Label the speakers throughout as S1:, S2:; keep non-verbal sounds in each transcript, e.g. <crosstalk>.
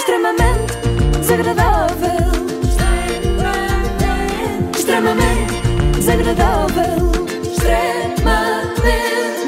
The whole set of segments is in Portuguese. S1: Extremamente desagradável. Extremamente desagradável. Extremamente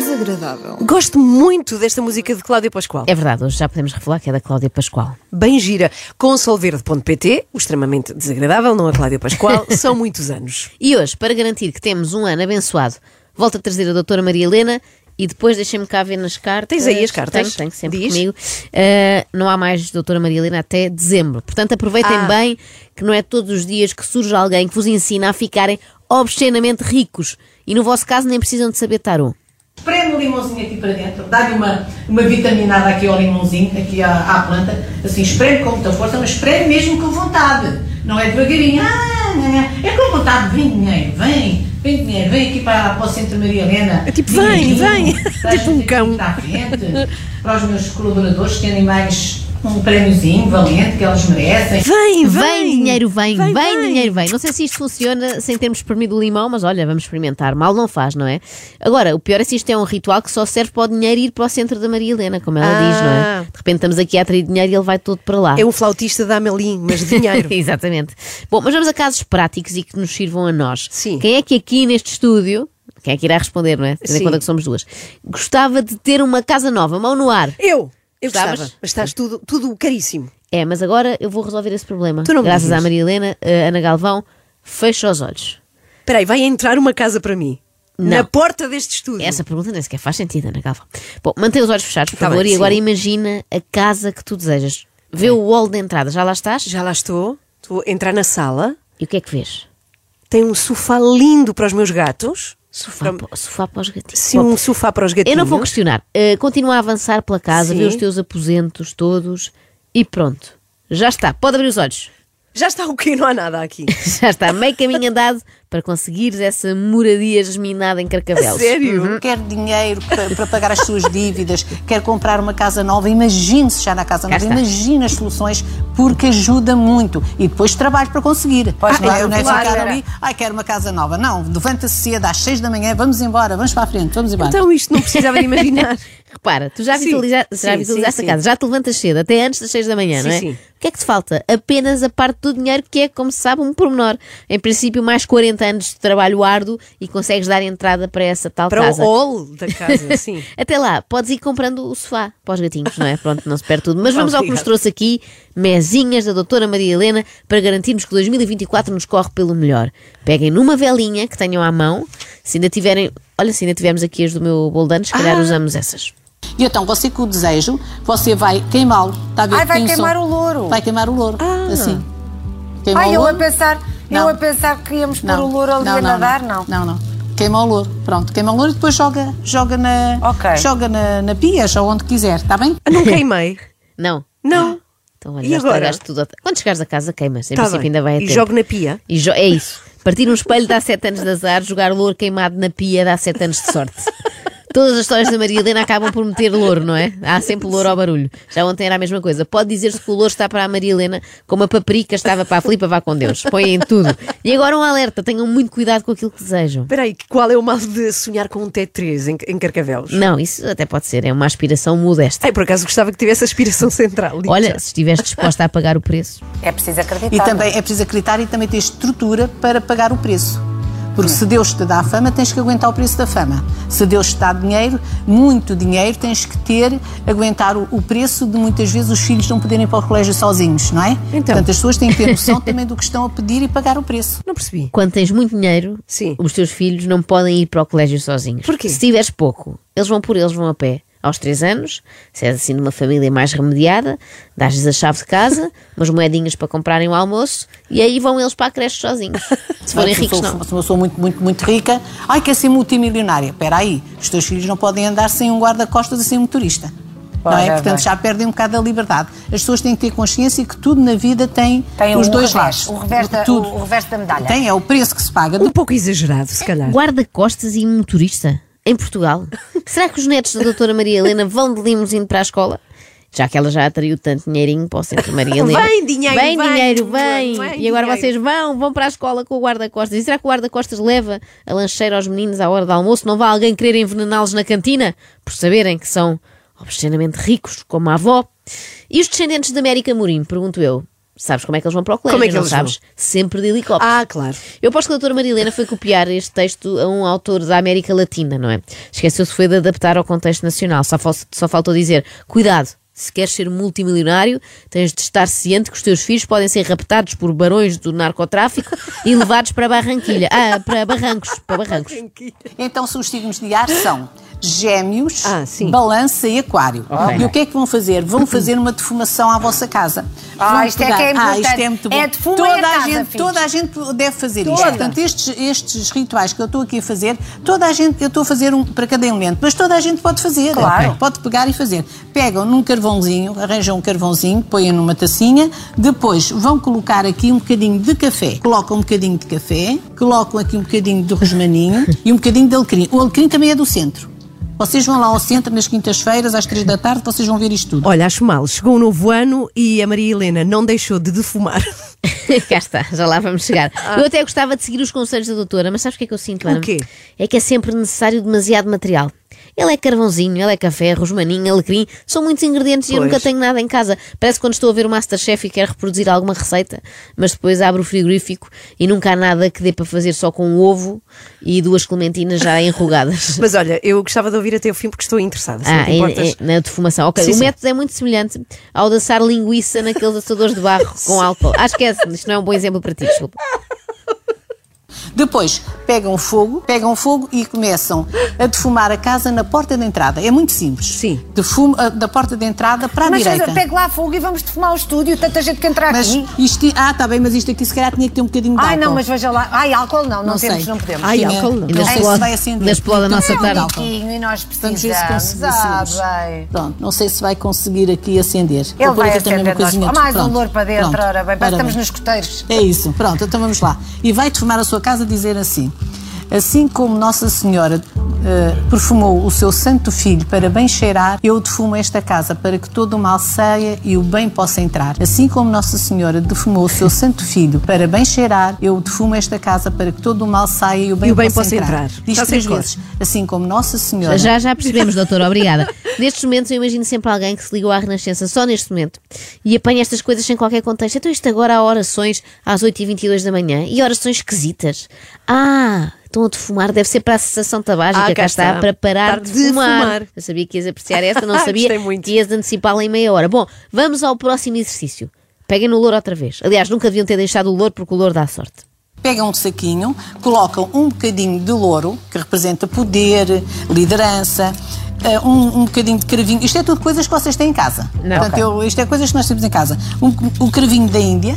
S1: desagradável.
S2: Gosto muito desta música de Cláudia Pascoal.
S3: É verdade, hoje já podemos revelar que é da Cláudia Pascoal.
S2: Bem gira. Com solverde.pt, o extremamente desagradável, não a Cláudia
S3: <laughs>
S2: Pascoal, são muitos anos.
S3: E hoje, para garantir que temos um ano abençoado, volto a trazer a doutora Maria Helena e depois deixem-me cá ver nas cartas.
S2: Tens aí as cartas?
S3: Tenho, tenho sempre
S2: Diz.
S3: comigo. Uh, não há mais doutora Maria Helena até dezembro. Portanto, aproveitem
S2: Ah.
S3: bem que não é todos os dias que surge alguém que vos ensina a ficarem obscenamente ricos. E no vosso caso nem precisam de saber tarô.
S4: Espreme o limãozinho aqui para dentro, dá-lhe uma, uma vitaminada aqui ao limãozinho, aqui à, à planta, assim, espreme com muita força, mas espreme mesmo com vontade, não é devagarinho, ah, nha, nha. é com vontade, vem dinheiro, vem, vem dinheiro, vem aqui para, para o Centro Maria Helena.
S2: É tipo, vem, vem.
S4: Traz
S2: <laughs> Tipo um
S4: aqui
S2: cão.
S4: <laughs> Para a frente, para os meus colaboradores terem mais um prémiozinho valente que eles merecem.
S2: Vem, vem!
S3: dinheiro, vem, vem, dinheiro, vem. Não sei se isto funciona sem termos espremido o limão, mas olha, vamos experimentar. Mal não faz, não é? Agora, o pior é se isto é um ritual que só serve para o dinheiro ir para o centro da Maria Helena, como ela diz, não
S2: Ah.
S3: é? De repente estamos aqui a atrair dinheiro e ele vai todo para lá. <laughs>
S2: É um flautista da Amelim, mas dinheiro.
S3: Exatamente. Bom, mas vamos a casos práticos e que nos sirvam a nós.
S2: Sim.
S3: Quem é que aqui neste estúdio, quem é que irá responder, não é? Tendo em
S2: Sim.
S3: conta que somos duas, gostava de ter uma casa nova, mão no ar.
S2: Eu! Eu
S3: Gostavas?
S2: gostava, mas estás tudo, tudo caríssimo.
S3: É, mas agora eu vou resolver esse problema.
S2: Tu não me
S3: Graças
S2: dizes.
S3: à Maria Helena, a Ana Galvão, fecha os olhos.
S2: Espera aí, vai entrar uma casa para mim.
S3: Não.
S2: Na porta deste estúdio.
S3: Essa pergunta nem sequer faz sentido, Ana Galvão. Bom, mantém os olhos fechados, por
S2: Tá
S3: favor,
S2: bem,
S3: e agora
S2: sim.
S3: imagina a casa que tu desejas. Vê o wall de entrada, já lá estás?
S2: Já lá estou. Estou a entrar na sala.
S3: E o que é que vês?
S2: Tem um sofá lindo para os meus gatos. Para-
S3: Sofá, pa- sofá para os gatinhos.
S2: Sim,
S3: Bom,
S2: um sofá para os gatinhos.
S3: Eu não vou questionar. Uh, continua a avançar pela casa,
S2: Sim.
S3: vê os teus aposentos todos e pronto. Já está, pode abrir os olhos. <laughs>
S2: Já está o quê? Não há nada aqui.
S3: Já está, meio caminho andado para conseguires essa moradia esminada em
S2: <laughs>
S3: Carcavelos.
S2: Sério?
S4: Quer dinheiro para, para pagar as suas dívidas, quer comprar uma casa nova, imagine-se já na casa
S3: Cá
S4: nova,
S3: está.
S4: imagine as soluções, porque ajuda muito. E depois trabalho para conseguir. Pois
S2: claro,
S4: não é
S2: claro,
S4: ficar
S2: era.
S4: ali, ai, quero uma casa nova. Não, levanta-se cedo às seis da manhã, vamos embora, vamos para a frente, vamos embora.
S2: Então isto não precisava de imaginar.
S3: Repara, tu já
S2: Sim.
S3: visualiza-
S2: Sim,
S3: já
S2: sim,
S3: visualizaste a
S2: sim.
S3: casa, já te levantas cedo, até antes das 6 da manhã,
S2: Sim,
S3: não é?
S2: sim.
S3: O que é que te falta? Apenas a parte do dinheiro, que é, como se sabe, um pormenor. Em princípio, mais 40 anos de trabalho árduo e consegues dar entrada para essa
S2: <laughs>
S3: tal
S2: Para
S3: casa.
S2: o hall da
S3: <laughs>
S2: casa, sim.
S3: Até lá, podes ir comprando o sofá para os gatinhos, não é? Pronto, não se perde tudo. Mas vamos ao que nos
S2: Obrigada.
S3: trouxe aqui, mezinhas da doutora Maria Helena, para garantirmos que 2024 nos corre pelo melhor. Peguem numa velinha que tenham à mão, se ainda tiverem, olha, se ainda tivermos aqui as do meu bolo de anos, se
S2: Ah.
S3: calhar usamos essas.
S4: E então, você com o desejo, você vai queimá-lo. Está a ver
S5: Ai,
S4: o
S5: vai
S4: pinson?
S5: queimar o louro. Ah.
S4: Vai queimar o louro. Assim. Queima
S5: Ai,
S4: o
S5: eu a
S4: louro.
S5: pensar,
S4: Não.
S5: eu a pensar que íamos pôr o louro ali a nadar, não.
S4: Não, não. Queima o louro. Pronto, queima o louro e depois joga, joga, na,
S5: Ok.
S4: joga na, na pia, ou onde quiser, está bem?
S2: Ah, Não queimei.
S3: Não.
S2: Não.
S3: Então, olha,
S2: E
S3: já
S2: agora?
S3: estragaste tudo. Quando chegares a casa, queimas. Em
S2: Tá
S3: princípio,
S2: bem.
S3: ainda vai a
S2: E
S3: tempo.
S2: jogo na pia.
S3: E jo- é isso. Partir um espelho dá 7 anos de azar, jogar louro queimado na pia dá 7 anos de sorte. Todas as histórias da Maria Helena acabam por meter louro, não é? Há sempre louro ao barulho. Já ontem era a mesma coisa. Pode dizer-se que o louro está para a Maria Helena como a paprika estava para a Filipa, vá com Deus. Põem em tudo. E agora um alerta, tenham muito cuidado com aquilo que desejam.
S2: Espera aí, qual é o mal de sonhar com um T3 em, em Carcavelos?
S3: Não, isso até pode ser, é uma aspiração modesta.
S2: Ai, por acaso gostava que tivesse aspiração central. digo
S3: Olha,
S2: já.
S3: se estiveres disposta a pagar o preço.
S5: É preciso acreditar.
S4: E também é preciso acreditar e também ter estrutura para pagar o preço. Porque se Deus te dá a fama, tens que aguentar o preço da fama. Se Deus te dá dinheiro, muito dinheiro, tens que ter, aguentar o, o preço de muitas vezes os filhos não poderem ir para o colégio sozinhos, não é?
S2: Então.
S4: Portanto, as pessoas têm que ter noção também do que estão a pedir e pagar o preço.
S2: Não percebi.
S3: quando tens muito dinheiro,
S2: Sim.
S3: os teus filhos não podem ir para o colégio sozinhos.
S2: Porquê?
S3: Se tiveres pouco, eles vão por eles, vão a pé. Aos três anos, se és assim de uma família mais remediada, dás-lhes a chave de casa, <laughs> umas moedinhas para comprarem o almoço e aí vão eles para a creche sozinhos.
S2: <laughs>
S3: Se forem
S4: se
S3: ricos,
S4: eu sou,
S3: não.
S4: se eu sou muito, muito, muito rica, ai, quer ser multimilionária. Espera aí, os teus filhos não podem andar sem um guarda-costas e sem um motorista. não é?
S5: Ora
S4: Portanto,
S5: bem.
S4: já perdem um bocado a liberdade. As pessoas têm que ter consciência que tudo na vida tem,
S5: Tem
S4: os
S5: o
S4: dois lados.
S5: revés, o revés da-
S4: tudo.
S5: o- o revés da medalha.
S4: Tem, é o preço que se paga.
S2: Um pouco exagerado, se calhar.
S3: Guarda-costas e motorista
S2: <laughs>
S3: em Portugal? Será que os netos da doutora Maria Helena vão de limusine para a escola? Já que ela já atraiu tanto dinheirinho para o centro Maria Helena.
S2: Vem, dinheiro,
S3: vem!
S2: vem,
S3: dinheiro,
S2: vem,
S3: vem! e agora
S2: dinheiro.
S3: vocês vão, vão para a escola com o guarda-costas. E será que o guarda-costas leva a lancheira aos meninos à hora do almoço? Não vai alguém querer envenená-los na cantina? Por saberem que são obscenamente ricos, como a avó. E os descendentes de América Mourinho, pergunto eu, sabes como é que eles vão para o colégio?
S2: Como é que
S3: não
S2: eles vão?
S3: sabes? Sempre de helicóptero.
S2: Ah, claro.
S3: Eu aposto que a doutora Marilena foi copiar este texto a um autor da América Latina, não é? Esqueceu-se foi de adaptar ao contexto nacional. Só, fal- só faltou dizer, cuidado, se queres ser multimilionário, tens de estar ciente que os teus filhos podem ser raptados por barões do narcotráfico e levados para Barranquilha. Ah, para Barrancos, para Barrancos.
S6: Então, se os signos de ar são gêmeos,
S2: Ah, sim.
S6: balança e aquário.
S3: Ok.
S6: E o que é que vão fazer? Vão fazer uma defumação à vossa casa.
S5: Ah,
S6: Vão
S5: isto é que é
S6: Ah, isto
S5: importante.
S6: é muito bom.
S5: É defuma
S6: toda
S5: é a
S6: a
S5: casa,
S6: gente,
S5: filhos.
S6: Toda a gente deve fazer isto. Portanto, estes, estes rituais que eu estou aqui a fazer, toda a gente, eu estou a fazer um para cada elemento, mas toda a gente pode fazer.
S5: Claro. Ok.
S6: Pode pegar e fazer. Pegam num carvãozinho, arranjam um carvãozinho, põem numa tacinha, depois vão colocar aqui um bocadinho de café. Colocam um bocadinho de café, colocam aqui um bocadinho de rosmaninho e um bocadinho de alecrim. O alecrim também é do centro. Vocês vão lá ao centro nas quintas-feiras, às três da tarde, vocês vão ver isto tudo.
S2: Olha, acho mal. Chegou um novo ano e a Maria Helena não deixou de defumar. <laughs>
S3: <laughs> Cá está, já lá vamos chegar. Eu até gostava de seguir os conselhos da doutora, mas sabes o que é que eu sinto, Ana?
S2: Ah. O quê?
S3: É que é sempre necessário demasiado material. Ele é carvãozinho, ele é café, rosmaninho, alecrim, são muitos ingredientes e eu
S2: Pois.
S3: nunca tenho nada em casa. Parece que quando estou a ver o Masterchef e quero reproduzir alguma receita, mas depois abro o frigorífico e nunca há nada que dê para fazer só com um ovo e duas clementinas
S2: <laughs>
S3: já enrugadas.
S2: Mas olha, eu gostava de ouvir até o fim porque estou interessada. Se não
S3: Ah,
S2: te
S3: é-
S2: importas.
S3: é na defumação. Ok,
S2: Sim,
S3: o
S2: sim.
S3: método é muito semelhante ao de assar linguiça naqueles assadores de barro com álcool. Ah, esquece, isto não é um bom exemplo para ti, desculpa.
S6: Depois pegam fogo, pegam fogo e começam a defumar a casa na porta de entrada. É muito simples.
S2: Sim.
S6: Defumo ah, da porta de entrada para a
S5: Mas
S6: direita.
S5: pego lá fogo e vamos defumar o estúdio, tanta gente que entra
S6: Mas
S5: aqui.
S6: isto, ah, está bem, mas isto aqui se calhar tinha que ter um bocadinho de
S5: Ai
S6: álcool.
S5: não, mas veja lá. Ai, álcool não, não,
S6: Não
S5: temos,
S6: sei.
S5: não podemos.
S2: Ai,
S6: Tinha-
S2: álcool não.
S6: Não
S3: Ainda
S6: sei
S3: explode-
S6: se vai acender.
S3: ainda explode a
S5: Então,
S3: nossa
S6: Tem um
S5: é
S3: tarde.
S6: álcool.
S5: Tinho, e nós
S6: Vamos ver se
S5: precisamos.
S6: conseguimos.
S5: Ah, bem.
S6: Pronto, não sei se vai conseguir aqui acender.
S5: Ele
S6: Vou pôr
S5: vai
S6: aqui também
S5: acender
S6: uma
S5: nós.
S6: coisinha
S5: Ah,
S6: de-
S5: mais um
S6: pronto,
S5: louro para dentro,
S6: pronto.
S5: ora bem, parece que estamos
S6: Parabéns.
S5: nos coteiros.
S6: É isso, pronto, então vamos lá. E vai defumar a sua casa dizer assim: Assim como Nossa Senhora eh, perfumou o seu santo filho para bem cheirar, eu defumo esta casa para que todo o mal saia e o bem possa entrar. Assim como Nossa Senhora defumou o seu santo filho para bem cheirar, eu defumo esta casa para que todo o mal saia e o bem,
S2: E o bem
S6: possa,
S2: possa
S6: entrar.
S2: entrar.
S6: Diz
S2: Já sei
S6: três
S2: qual.
S6: vezes. Assim como Nossa Senhora.
S3: Já, já percebemos, doutora, obrigada. Nestes momentos eu imagino sempre alguém que se ligou à Renascença só neste momento e apanha estas coisas sem qualquer contexto. Então isto agora há orações às 8h22 da manhã e orações esquisitas. Ah, estão a defumar, deve ser para a cessação tabágica,
S2: Ah,
S3: cá,
S2: cá
S3: está,
S2: está.
S3: para parar
S2: Parar
S3: de,
S2: de
S3: fumar.
S2: fumar.
S3: Eu sabia que ias apreciar esta,
S2: <laughs>
S3: não
S2: Gostei
S3: sabia
S2: muito.
S3: que ias antecipá-la em meia hora. Bom, vamos ao próximo exercício. Peguem no louro outra vez. Aliás, nunca deviam ter deixado o louro porque o louro dá sorte.
S6: Pegam um saquinho, colocam um bocadinho de louro, que representa poder, liderança, eh, um, um bocadinho de cravinho. Isto é tudo coisas que vocês têm em casa. Portanto, eu- isto é coisas que nós temos em casa. Um, o cravinho da Índia,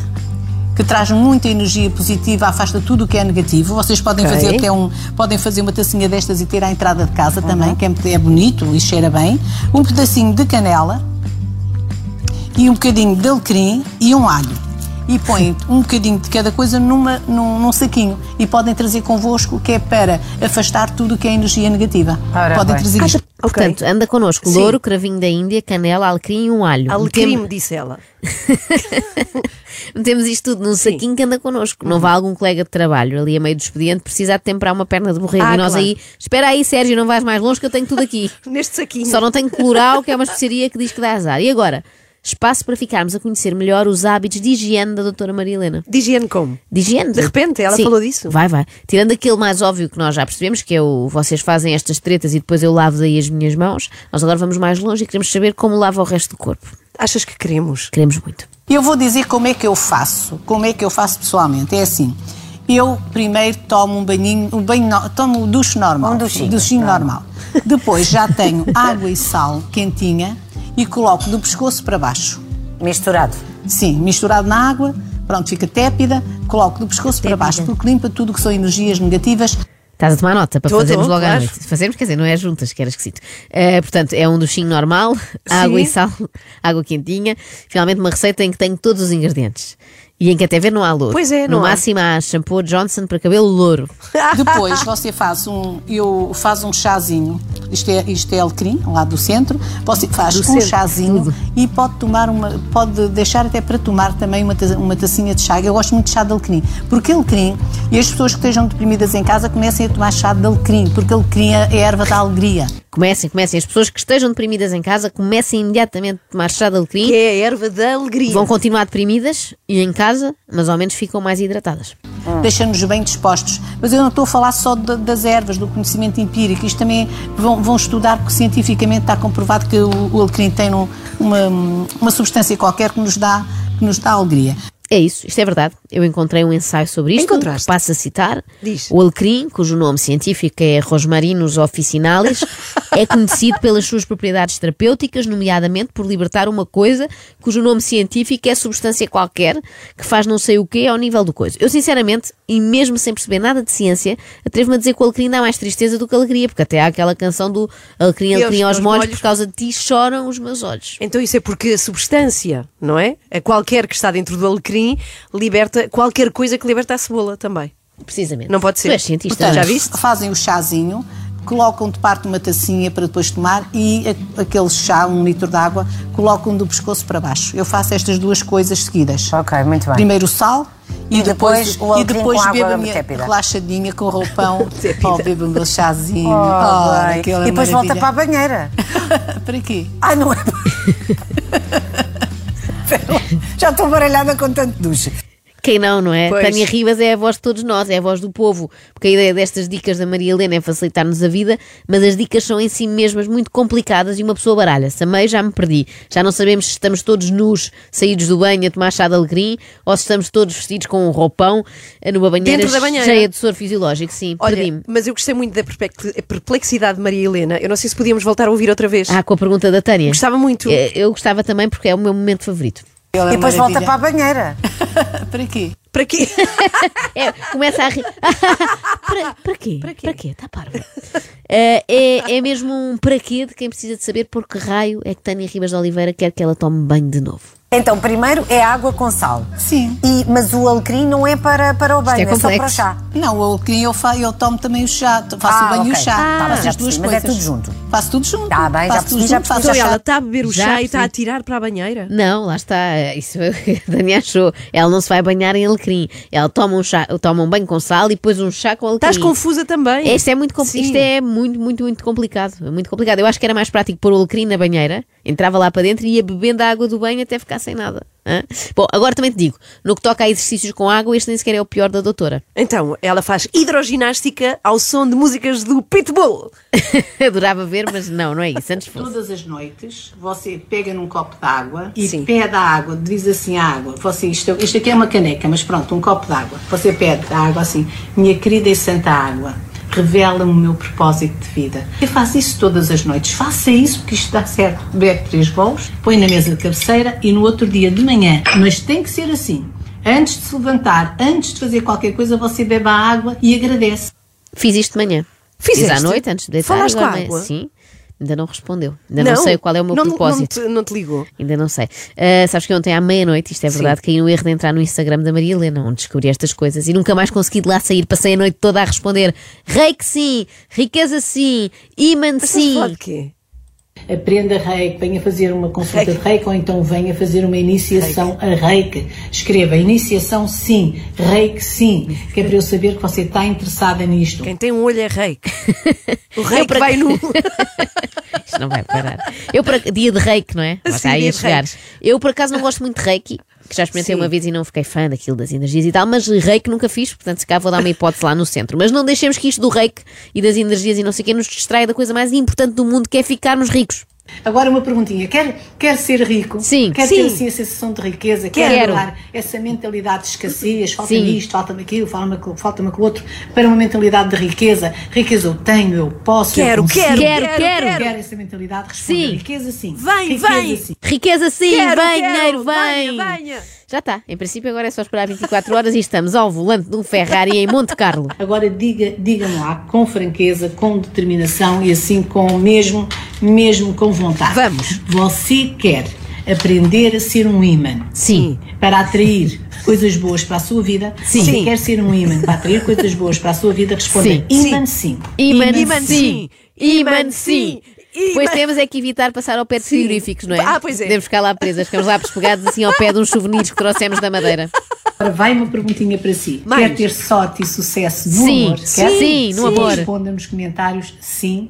S6: que traz muita energia positiva, afasta tudo o que é negativo. Vocês podem
S2: Ok.
S6: fazer até um, podem fazer uma tacinha destas e ter à entrada de casa
S5: Uhum.
S6: também, que é, é bonito e cheira bem. Um pedacinho de canela e um bocadinho de alecrim e um alho. E
S5: <laughs>
S6: põem um bocadinho de cada coisa numa, num, num saquinho. E podem trazer convosco, que é para afastar tudo o que é energia negativa.
S5: Ora
S6: podem
S5: bem.
S6: trazer isto.
S3: Portanto, anda connosco.
S2: Sim.
S3: Louro, cravinho da Índia, canela, alecrim e um alho.
S2: Alecrim, disse ela.
S3: Metemos isto tudo num saquinho que anda connosco. Não vá algum colega de trabalho ali a meio do expediente precisar de temperar uma perna de borrego.
S2: Ah,
S3: e nós
S2: claro.
S3: aí, espera aí, Sérgio, não vais mais longe que eu tenho tudo
S2: <laughs>
S3: aqui.
S2: Neste saquinho.
S3: Só não tenho coloral, que é uma especiaria que diz que dá azar. E agora? Espaço para ficarmos a conhecer melhor os hábitos de higiene da doutora Maria Helena.
S2: De higiene como?
S3: De higiene.
S2: De repente, ela
S3: Sim.
S2: falou disso.
S3: Vai, vai. Tirando aquele mais óbvio que nós já percebemos, que é o vocês fazem estas tretas e depois eu lavo daí as minhas mãos, nós agora vamos mais longe e queremos saber como lava o resto do corpo.
S2: Achas que queremos?
S3: Queremos muito.
S6: Eu vou dizer como é que eu faço, como é que eu faço pessoalmente. É assim, eu primeiro tomo um banhinho, um banho, no- tomo o duche normal.
S5: Um duchinho.
S6: normal. Depois já tenho <laughs> água e sal quentinha e coloco do pescoço para baixo.
S5: Misturado.
S6: Sim, misturado na água, pronto, fica tépida, coloco do pescoço para baixo, porque limpa tudo o que são energias negativas.
S3: Estás a tomar nota para
S2: Tô,
S3: fazermos
S2: tô,
S3: logo à
S2: claro.
S3: noite. Fazermos, quer dizer, não é juntas, que era esquisito. Eh, portanto, é um duchinho normal, <laughs> água e sal, água quentinha. Finalmente, uma receita em que tenho todos os ingredientes. E em que até ver não há louro.
S2: Pois é, não
S3: No
S2: há.
S3: máximo há shampoo Johnson para cabelo louro.
S6: Depois você faz um, eu faz um chazinho, isto é, isto é alecrim, lá do centro, você faz um
S2: centro,
S6: chazinho e pode tomar uma, pode deixar até para tomar também uma, ta- uma tacinha de chá. Eu gosto muito de chá de alecrim, porque alecrim, e as pessoas que estejam deprimidas em casa comecem a tomar chá de alecrim, porque alecrim é a erva da alegria.
S3: Comecem, comecem. As pessoas que estejam deprimidas em casa, comecem imediatamente a tomar chá de alecrim.
S2: Que é a erva da alegria.
S3: Vão continuar deprimidas e em casa, mas ao menos ficam mais hidratadas.
S6: deixa-nos bem dispostos. Mas eu não estou a falar só da- das ervas, do conhecimento empírico. Isto também vão, vão estudar, porque cientificamente está comprovado que o, o alecrim tem um- uma, uma substância qualquer que nos dá, que nos dá alegria.
S3: É isso, isto é verdade. Eu encontrei um ensaio sobre isto
S2: Encontraste?
S3: que passo a citar.
S2: Diz.
S3: O alecrim, cujo nome científico é
S2: <laughs>
S3: Rosmarinus officinalis, é conhecido pelas suas propriedades terapêuticas, nomeadamente por libertar uma coisa cujo nome científico é substância qualquer que faz não sei o quê ao nível do coisa. Eu, sinceramente, e mesmo sem perceber nada de ciência, atrevo-me a dizer que o alecrim dá mais tristeza do que alegria, porque até há aquela canção do alecrim,
S2: Deus,
S3: alecrim aos
S2: meus
S3: molhos,
S2: molhos.
S3: por causa de ti choram os meus olhos.
S2: Então isso é porque a substância, não é? A qualquer que está dentro do alecrim liberta qualquer coisa que liberta a cebola também.
S3: Precisamente.
S2: Não pode ser.
S3: Tu és cientista,
S2: Portanto,
S3: já
S2: já viste?
S6: Fazem o chazinho, colocam de parte uma tacinha para depois tomar e a- aquele chá, um litro de água, colocam do pescoço para baixo. Eu faço estas duas coisas seguidas.
S5: Ok, muito bem.
S6: Primeiro o sal e,
S5: E depois o
S6: e
S5: alecrim
S6: depois
S5: com água
S6: bebo a minha
S5: tépida.
S6: relaxadinha
S5: <laughs>
S6: com roupão.
S2: Tépida.
S6: oh, bebo o meu chazinho.
S5: Oh,
S6: Ora,
S5: bem.
S6: aquela
S5: e depois volta para a
S6: maravilha.
S5: banheira.
S6: <laughs> para quê?
S5: Ai, não é. <laughs> Espera lá, Já estou baralhada com tanto duche.
S3: Quem não, não é?
S2: Pois.
S3: Tânia Rivas é a voz de todos nós, é a voz do povo. Porque a ideia destas dicas da Maria Helena é facilitar-nos a vida, mas as dicas são em si mesmas muito complicadas e uma pessoa baralha-se. A meio já me perdi. Já não sabemos se estamos todos nus, saídos do banho a tomar chá de alegrim, ou se estamos todos vestidos com um roupão eh, numa banheira,
S2: Dentro da banheira.
S3: cheia de soro fisiológico. Sim, perdi-me.
S2: Olha, mas eu gostei muito da perpec- perplexidade de Maria Helena. Eu não sei se podíamos voltar a ouvir outra vez.
S3: Ah, com a pergunta da Tânia.
S2: Gostava muito.
S3: Eh, Eu gostava também porque é o meu momento favorito.
S6: Aquela
S5: E depois volta para
S6: maravilha.
S5: a banheira.
S6: <laughs> Para quê?
S2: Para
S3: <laughs>
S2: quê?
S3: É, começa a rir. <laughs> para, para quê? Para quê? Para quê? Está parvo. Eh, é, é mesmo um para quê de quem precisa de saber por que raio é que Tânia Ribas de Oliveira quer que ela tome banho de novo.
S5: Então, primeiro é água com sal.
S6: Sim.
S5: E, mas o alecrim não é para, para o
S3: é
S5: banho, é, só para o
S3: complexo.
S5: chá.
S6: Não, o alecrim eu, fa- eu tomo também o chá, t- faço
S5: Ah,
S6: o banho e o
S5: ok.
S6: chá.
S5: Ah,
S6: faço
S5: já
S6: as duas
S5: percebi, mas é tudo
S6: coisas.
S5: junto.
S6: Faço tudo junto.
S5: Tá bem, já
S6: faço
S5: percebi,
S6: tudo
S5: já
S6: junto,
S5: percebi,
S6: faço
S2: Então
S5: já
S6: o chá.
S2: ela está a beber o
S3: Já
S2: chá e está a
S3: percebi.
S2: tirar para a banheira?
S3: Não, lá está. Isso <laughs> é o que a Tânia achou. Ela não se vai banhar em alecrim. Ela toma um, chá, toma um banho com sal e depois um chá com alecrim.
S2: Estás confusa também.
S3: Isto é muito, compli-
S2: Sim.
S3: isto é muito, muito, muito complicado. É muito complicado. Eu acho que era mais prático pôr o alecrim na banheira, entrava lá para dentro e ia bebendo a água do banho até ficar sem nada. hã? Bom, agora também te digo: no que toca a exercícios com água, este nem sequer é o pior da doutora. <laughs>
S2: Então, ela faz hidroginástica ao som de músicas do Pitbull.
S3: Adorava ver, mas não, não é isso. Antes fosse.
S4: Todas as noites você pega num copo d'água e
S2: Sim.
S4: pede a água, diz assim a água. Você, isto, isto aqui é uma caneca, mas pronto, um copo d'água. Você pede a água assim, minha querida e santa água, revela-me o meu propósito de vida. Eu faço isso todas as noites, faça isso porque isto dá certo. Bebe três bolos, põe na mesa de cabeceira e no outro dia de manhã, mas tem que ser assim. Antes de se levantar, antes de fazer qualquer coisa, você bebe a água e agradece.
S3: Fiz isto de manhã.
S2: Fizeste?
S3: Fiz à noite, antes de deitar.
S2: Falaste
S3: agora
S2: com a
S3: de manhã-
S2: água?
S3: Sim, ainda não respondeu. Ainda não, sei qual é o meu
S2: não-
S3: propósito.
S2: Não te, não te ligou.
S3: Ainda não sei. Ah, sabes que ontem à meia-noite, isto é verdade, caí no erro de entrar no Instagram da Maria Helena, onde descobri estas coisas e nunca mais consegui de lá sair. Passei a noite toda a responder: reiki sim, riqueza sim, imã
S2: Mas estás a falar
S3: sim.
S2: de quê?
S4: Aprenda reiki, venha fazer uma consulta de reiki ou então venha fazer uma iniciação a reiki. Escreva iniciação sim, reiki sim, que é para eu saber que você está interessada nisto.
S2: Quem tem um olho é
S3: <laughs>
S2: rei. O rei
S3: Eu
S2: que
S3: para-
S2: vai nu.
S3: <laughs> Isto não vai parar. Eu, por ac- dia de reiki, não é?
S2: Sim,
S3: Está aí
S2: dia
S3: a
S2: de
S3: chegar.
S2: reiki.
S3: Eu, por acaso, não gosto muito de reiki, que já experimentei
S2: Sim.
S3: uma vez e não fiquei fã daquilo das energias e tal, mas reiki nunca fiz, portanto, se cá vou dar uma hipótese lá no centro. Mas não deixemos que isto do reiki e das energias e não sei o que nos distraia da coisa mais importante do mundo, que é ficarmos ricos.
S4: Agora uma perguntinha, quer, quer ser rico?
S3: Sim.
S4: Quer
S2: Sim.
S4: ter assim a sensação de riqueza? Quer
S3: Quero.
S4: mudar essa mentalidade de escassez,
S3: Sim.
S4: falta-me isto, falta-me aquilo, falta-me aquilo, falta-me aquilo outro, para uma mentalidade de riqueza? Riqueza eu tenho, eu posso,
S2: <laughs> Quero,
S4: eu consigo.
S2: quero,
S3: Quero, quero.
S4: Quero essa mentalidade, responda,
S3: Sim.
S4: riqueza sim.
S2: Vem,
S4: riqueza,
S2: vem.
S4: sim.
S3: Riqueza sim,
S2: Quero,
S3: vem,
S2: quero,
S3: dinheiro, vem.
S2: venha, venha.
S3: Já está. Em princípio, agora é só esperar 24 horas e estamos ao volante de um Ferrari em Monte Carlo.
S4: Agora diga, diga-me lá, com franqueza, com determinação e assim com mesmo, mesmo com vontade.
S2: Vamos.
S4: Você quer aprender a ser um imã?
S3: Sim.
S4: Para atrair coisas boas para a sua vida?
S3: Sim.
S4: Você
S2: Sim.
S4: quer ser um imã para atrair coisas boas para a sua vida? Responda,
S3: Sim.
S4: imã sim.
S3: Iman,
S2: Iman,
S3: sim.
S2: sim.
S3: Iman
S2: Iman,
S3: sim.
S2: sim.
S3: Pois
S2: Iman-
S3: temos é que evitar passar ao pé de
S2: Sim.
S3: frigoríficos, não é?
S2: Ah, pois é.
S3: Podemos ficar lá presas, ficamos lá pespegados assim ao pé de uns souvenirs que trouxemos da Madeira.
S4: Agora vai uma perguntinha para si.
S2: Mais.
S4: Quer ter sorte e sucesso no
S3: Sim.
S4: amor?
S3: Sim,
S4: Quer?
S3: sim, no amor.
S4: Responda nos comentários sim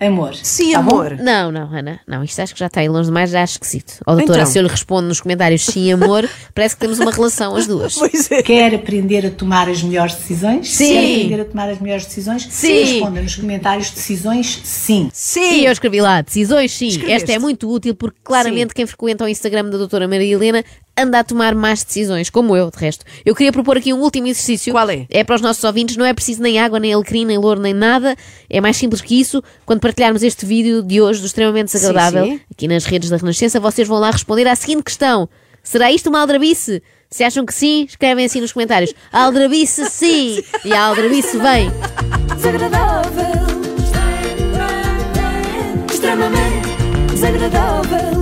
S6: Amor.
S2: Sim,
S6: Tá bom?
S2: amor.
S3: Não, não, Ana, não, isto acho que já está aí longe demais, já acho esquisito. Ó, doutora,
S2: Então.
S3: se eu lhe respondo nos comentários sim, amor, parece que temos uma relação, as duas.
S2: Pois é.
S6: Quer aprender a tomar as melhores decisões?
S3: Sim.
S6: Quer aprender a tomar as melhores decisões?
S3: Sim.
S6: Responda nos comentários decisões sim.
S3: E
S2: Sim.
S3: eu escrevi lá, decisões sim.
S2: Escreveste.
S3: Esta é muito útil porque claramente quem frequenta o Instagram da doutora Maria Helena anda a tomar más decisões, como eu, de resto. Eu queria propor aqui um último exercício.
S2: Qual é?
S3: É para os nossos ouvintes, não é preciso nem água, nem alecrim, nem louro, nem nada. É mais simples que isso. Quando partilharmos este vídeo de hoje do Extremamente Desagradável,
S2: sim.
S3: aqui nas redes da Renascença, vocês vão lá responder à seguinte questão. Será isto uma aldrabice? Se acham que sim, escrevem assim nos comentários.
S2: <laughs>
S3: Aldrabice sim! E a aldrabice vem!
S1: desagradável. Extremamente desagradável.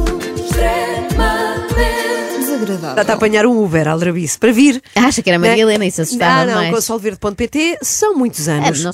S1: Extremamente desagradável.
S2: Dá-te a apanhar um Uber, Aldrabice, para vir.
S3: Acha que era Maria
S2: Né?
S3: Helena, isso assustava
S2: Ah, não,
S3: mais.
S2: com solverde.pt são muitos
S3: É,
S2: anos.
S3: não-